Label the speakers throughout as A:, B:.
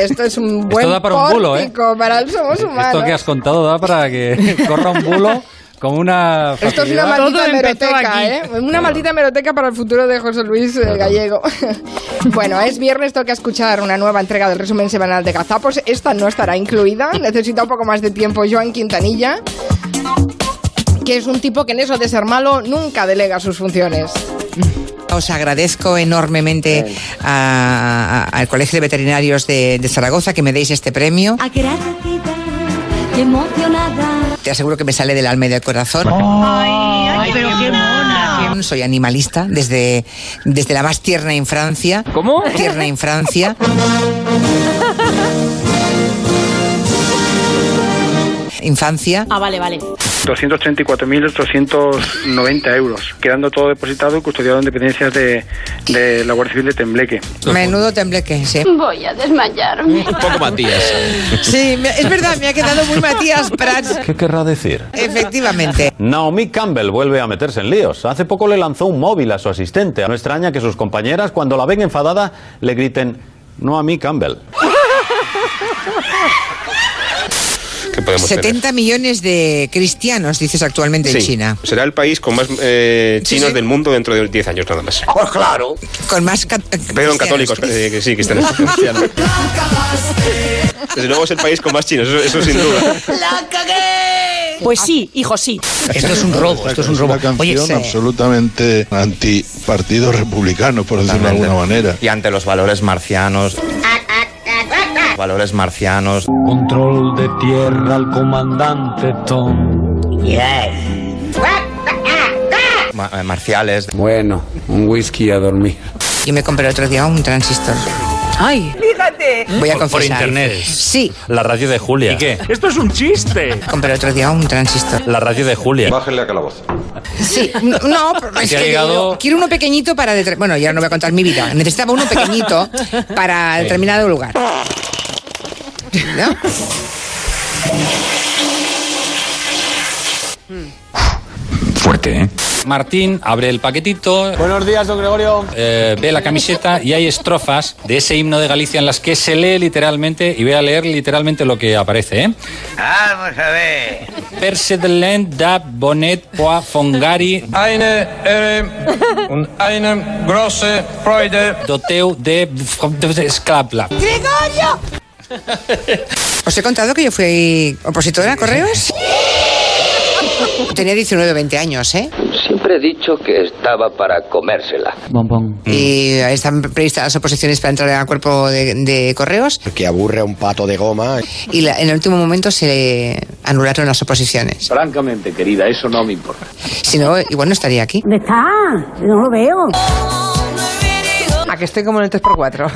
A: Esto es un buen
B: da para un bulo, ¿eh?
A: pórtico para el Somos
B: Esto
A: Humanos.
B: que has contado da para que corra un bulo como una
A: Esto es una
B: facilidad.
A: maldita
C: Todo empezó
A: hemeroteca,
C: aquí.
A: ¿eh? Una maldita hemeroteca para el futuro de José Luis eh, Gallego. bueno, es viernes, toca escuchar una nueva entrega del resumen semanal de Gazapos. Esta no estará incluida. Necesita un poco más de tiempo Joan Quintanilla, que es un tipo que en eso de ser malo nunca delega sus funciones.
D: Os agradezco enormemente a- a- al Colegio de Veterinarios de, de Zaragoza que me deis este premio.
E: Agradecida y emocionada.
D: Te aseguro que me sale del alma y del corazón.
C: Ay, pero qué mona.
D: Soy animalista desde, desde la más tierna infancia.
B: ¿Cómo?
D: Tierna infancia. Infancia.
F: Ah, vale, vale.
G: 234.890 euros, quedando todo depositado y custodiado en dependencias de, de la Guardia Civil de Tembleque.
D: Menudo tembleque, sí.
E: Voy a desmayarme.
H: Un poco Matías.
D: Sí, me- es verdad, me ha quedado muy Matías Prats.
I: ¿Qué querrá decir?
D: Efectivamente.
I: Naomi Campbell vuelve a meterse en líos. Hace poco le lanzó un móvil a su asistente. No extraña que sus compañeras, cuando la ven enfadada, le griten, no a mí, Campbell.
H: ¿Qué podemos tener?
D: 70 millones de cristianos, dices actualmente en
H: Sí.
D: China.
H: Será el país con más eh,
D: Sí,
H: chinos
D: sí.
H: del mundo dentro de 10 años nada más.
D: Con más cat-
H: Perdón,
D: cristianos.
H: católicos, eh, que sí, cristianos. cristianos. Desde luego es el país con más chinos, eso, eso sin duda.
F: Pues sí, hijo, sí.
J: Esto es un robo, esto es un robo. Oye,
D: sí.
J: absolutamente antipartido republicano, por decirlo de alguna manera.
G: Y ante los valores marcianos. valores marcianos.
B: Control de tierra al comandante Tom.
G: eh, marciales.
I: Bueno, un whisky a dormir.
D: Yo me compré el otro día un transistor.
C: Ay,
D: Voy a
B: Por- por
D: confesar.
B: internet.
D: Sí,
B: La radio de Julia. ¿Y qué?
D: compré el otro día un transistor.
B: La radio de Julia.
I: Bájenle a calaboz.
D: Sí, no, no, pero es
B: Te ha
D: que
B: llegado-
D: digo, quiero uno pequeñito para deter- Bueno, ya no voy a contar mi vida. Necesitaba uno pequeñito para determinado lugar. ¿No?
H: Fuerte, ¿eh?
B: Martín abre el paquetito,
I: Buenos días, don Gregorio.
B: eh, ve la camiseta y hay estrofas de ese himno de Galicia en las que se lee literalmente, y voy a leer literalmente lo que aparece, ¿eh?
G: Vamos a ver.
B: Persedlen da bonet poa fongari
G: Eine Ehre und eine große Freude.
B: doteu de escapla.
D: ¿Os he contado que yo fui opositora a correos? Tenía 19 o 20 años, ¿eh?
G: Siempre he dicho que estaba para comérsela.
D: Y están previstas las oposiciones para entrar al cuerpo de, de correos.
G: Que aburre un pato de goma.
D: Y la- en el último momento se anularon las oposiciones.
G: Francamente, querida, eso no me importa.
D: Si no, igual no estaría aquí.
E: ¿Dónde está? No lo veo.
C: a que estoy como en el 3x4.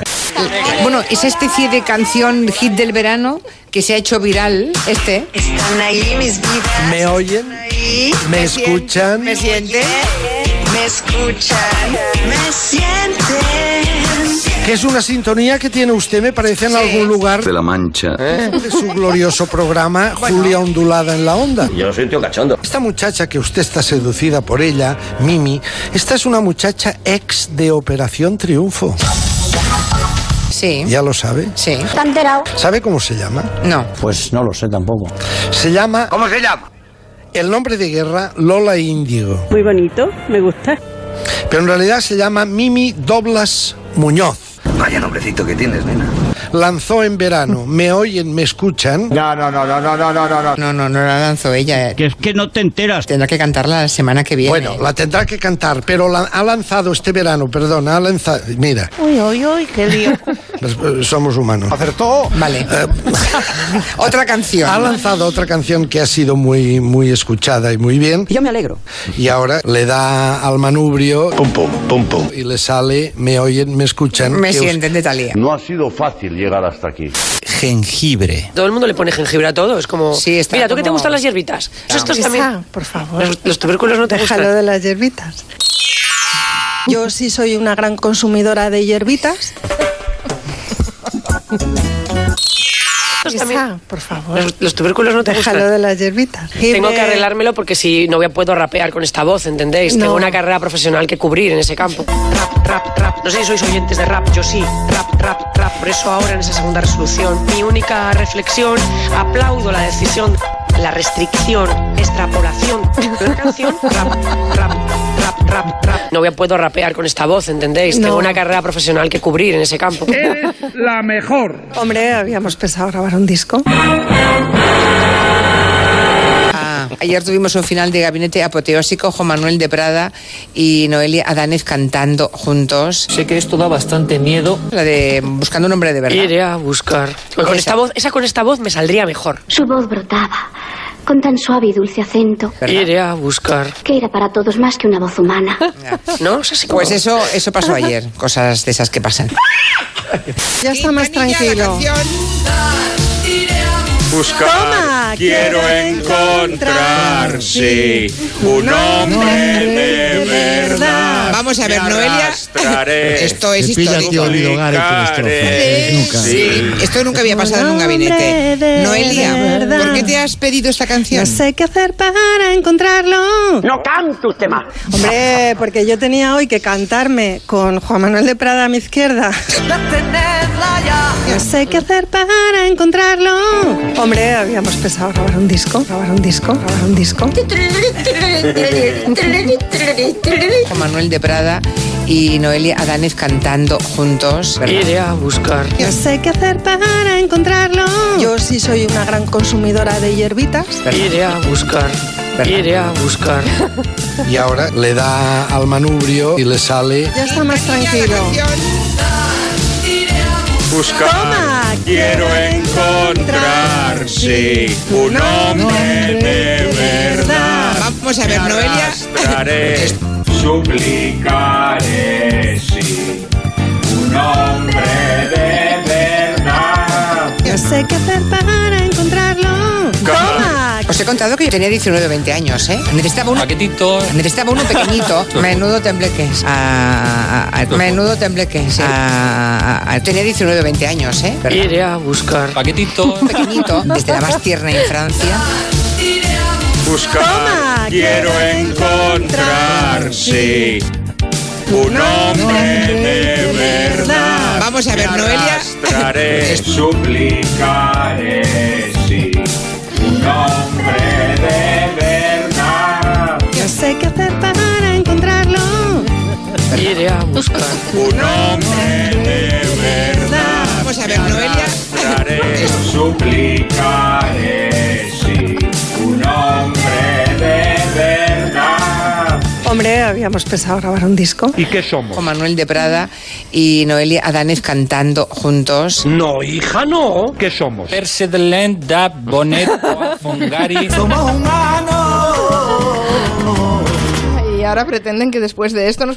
D: Bueno, esa especie de canción hit del verano que se ha hecho viral, este. Están ahí mis vidas.
G: ¿Me oyen? ¿Me escuchan?
D: ¿Me sienten? Me escuchan. Me sienten.
G: Que es una sintonía que tiene usted, me parece, en
D: Sí.
G: algún lugar
I: De la mancha.
H: ¿Eh?
G: de su glorioso programa Julia Ondulada en la Onda.
H: Yo soy un tío cachondo.
G: Esta muchacha que usted está seducida por ella, Mimi, esta es una muchacha ex de Operación Triunfo.
D: Sí,
G: ¿Ya lo sabe?
D: sí.
E: ¿Te has enterado?
G: ¿Sabe cómo se llama?
D: No.
G: Se llama...
H: ¿Cómo se llama?
G: El nombre de guerra, Lola Índigo.
F: Muy bonito, me gusta.
G: Pero en realidad se llama Mimi Doblas Muñoz.
H: Vaya nombrecito que tienes, nena.
G: Lanzó en verano Me oyen, me escuchan.
D: No, no, no la lanzó ella.
C: Que es que no te enteras.
D: Tendrá que cantarla la semana que viene.
G: Bueno, la tendrá que cantar, pero la, ha lanzado este verano, perdón, ha lanzado... Mira,
C: Uy, uy, uy, qué lío.
G: los- eh, somos humanos. ¿Acertó?
D: Vale.
C: Eh,
D: Otra
G: Ha
D: canción.
G: lanzado otra canción que ha sido muy, muy escuchada y muy bien.
C: Yo me alegro.
G: Y ahora le da al manubrio
J: Pum, pum, pum, pum.
G: y le sale Me oyen, me escuchan.
D: Me
G: que us-
D: sienten de Talía.
I: No ha sido fácil llegar hasta aquí.
G: Jengibre.
C: Todo el mundo le pone jengibre a todo. Es como.
D: Sí, está
C: Mira, tú que te
D: como-
C: gustan las hierbitas. Eso Estos también.
F: por favor.
C: Los, los tubérculos no te gustan.
F: de las hierbitas. Yo sí soy una gran consumidora de hierbitas.
K: tubérculos
C: Estos
K: Pues también.
F: por favor.
K: Los, los tubérculos no te
F: Déjalo
K: gustan.
F: de las yermitas.
K: Tengo
F: Jiménez.
K: que arreglármelo porque si no voy a- puedo rapear con esta voz, ¿entendéis?
F: No.
K: Tengo una carrera profesional que cubrir en ese campo. Rap, rap, rap. No sé si sois oyentes de rap, yo sí. Rap, rap, rap. Por eso ahora en esa segunda resolución, mi única reflexión, aplaudo la decisión, la restricción, extrapolación de la canción. Rap, rap, rap, rap, rap. No voy a puedo rapear con esta voz, ¿entendéis?
F: No.
K: Tengo una carrera profesional que cubrir en ese campo.
F: la mejor. Hombre, habíamos pensado grabar un disco.
D: Ah, ayer tuvimos un final de gabinete apoteósico, Juan Manuel de Prada y Noelia Adanez cantando juntos. Sé que esto da bastante miedo. La de Buscando un hombre de verdad.
K: Iré a buscar. Con
D: Esa.
K: esta voz, esa con esta voz me saldría mejor.
E: Su voz brotaba, con tan suave y dulce acento,
K: Iré a buscar.
E: que era para todos más que una voz humana.
K: ¿No?
D: Pues eso, eso pasó ayer, cosas de esas que pasan.
F: Ya está más tranquilo.
H: Buscar,
F: Toma,
H: quiero encontrar, sí, un hombre de verdad.
D: Vamos a ver,
H: Me
D: Noelia.
H: arrastraré.
D: Esto es
L: Cepilla,
D: histórico.
L: tío, Olido Gare, con
H: Explicaré.
L: estrofa. Nunca.
H: Sí.
D: Esto nunca había pasado en un gabinete. Noelia, ¿por qué te has pedido esta canción?
F: No sé qué hacer para encontrarlo.
K: No canto usted más.
F: Hombre, porque yo tenía hoy que cantarme con Juan Manuel de Prada a mi izquierda. No sé qué hacer para encontrarlo. Hombre, habíamos pensado grabar un disco, grabar un disco, grabar un disco.
D: Juan Manuel de Prada y Noelia Adanez cantando juntos. ¿verdad?
K: Iré a buscar.
F: No sé qué hacer para encontrarlo. Yo sí soy una gran consumidora de hierbitas.
K: Iré a buscar. Iré a buscar.
G: Y ahora le da al manubrio y le sale.
F: Ya está más tranquilo.
H: Buscar, quiero encontrar, sí, un hombre de verdad.
D: Vamos a ver, Noelia.
H: Arrastraré, suplicaré, sí, un hombre de verdad.
F: No sé qué hacer para encontrarlo. Toma.
D: Os he contado que yo tenía 19 o 20 años, ¿eh? Necesitaba uno,
B: Paquetito.
D: necesitaba uno pequeñito. menudo tembleques. Ah, ah, ah, menudo tembleques. Ah, ah, ah. tenía 19 o 20 años, ¿eh? ¿Verdad?
K: Iré a buscar.
B: Paquetito.
D: Un pequeñito, desde la más tierna infancia.
H: Buscar, quiero encontrar, sí, un hombre de verdad.
D: Vamos a ver,
H: Me
D: Noelia.
H: Arrastraré, suplicaré, sí, un hombre de verdad.
F: No sé qué hacer para encontrarlo.
K: Iré a buscar.
H: Un hombre de verdad.
D: Vamos a ver, Noelia.
H: Arrastraré, suplicaré, sí, un hombre de verdad.
F: Hombre, habíamos pensado grabar un disco.
G: ¿Y qué somos?
D: Juan Manuel de Prada y Noelia Adanez cantando juntos.
G: No, hija, no. ¿Qué somos?
B: Perse de Lent, Dab, Bonet, Fungari.
A: Y ahora pretenden que después de esto nos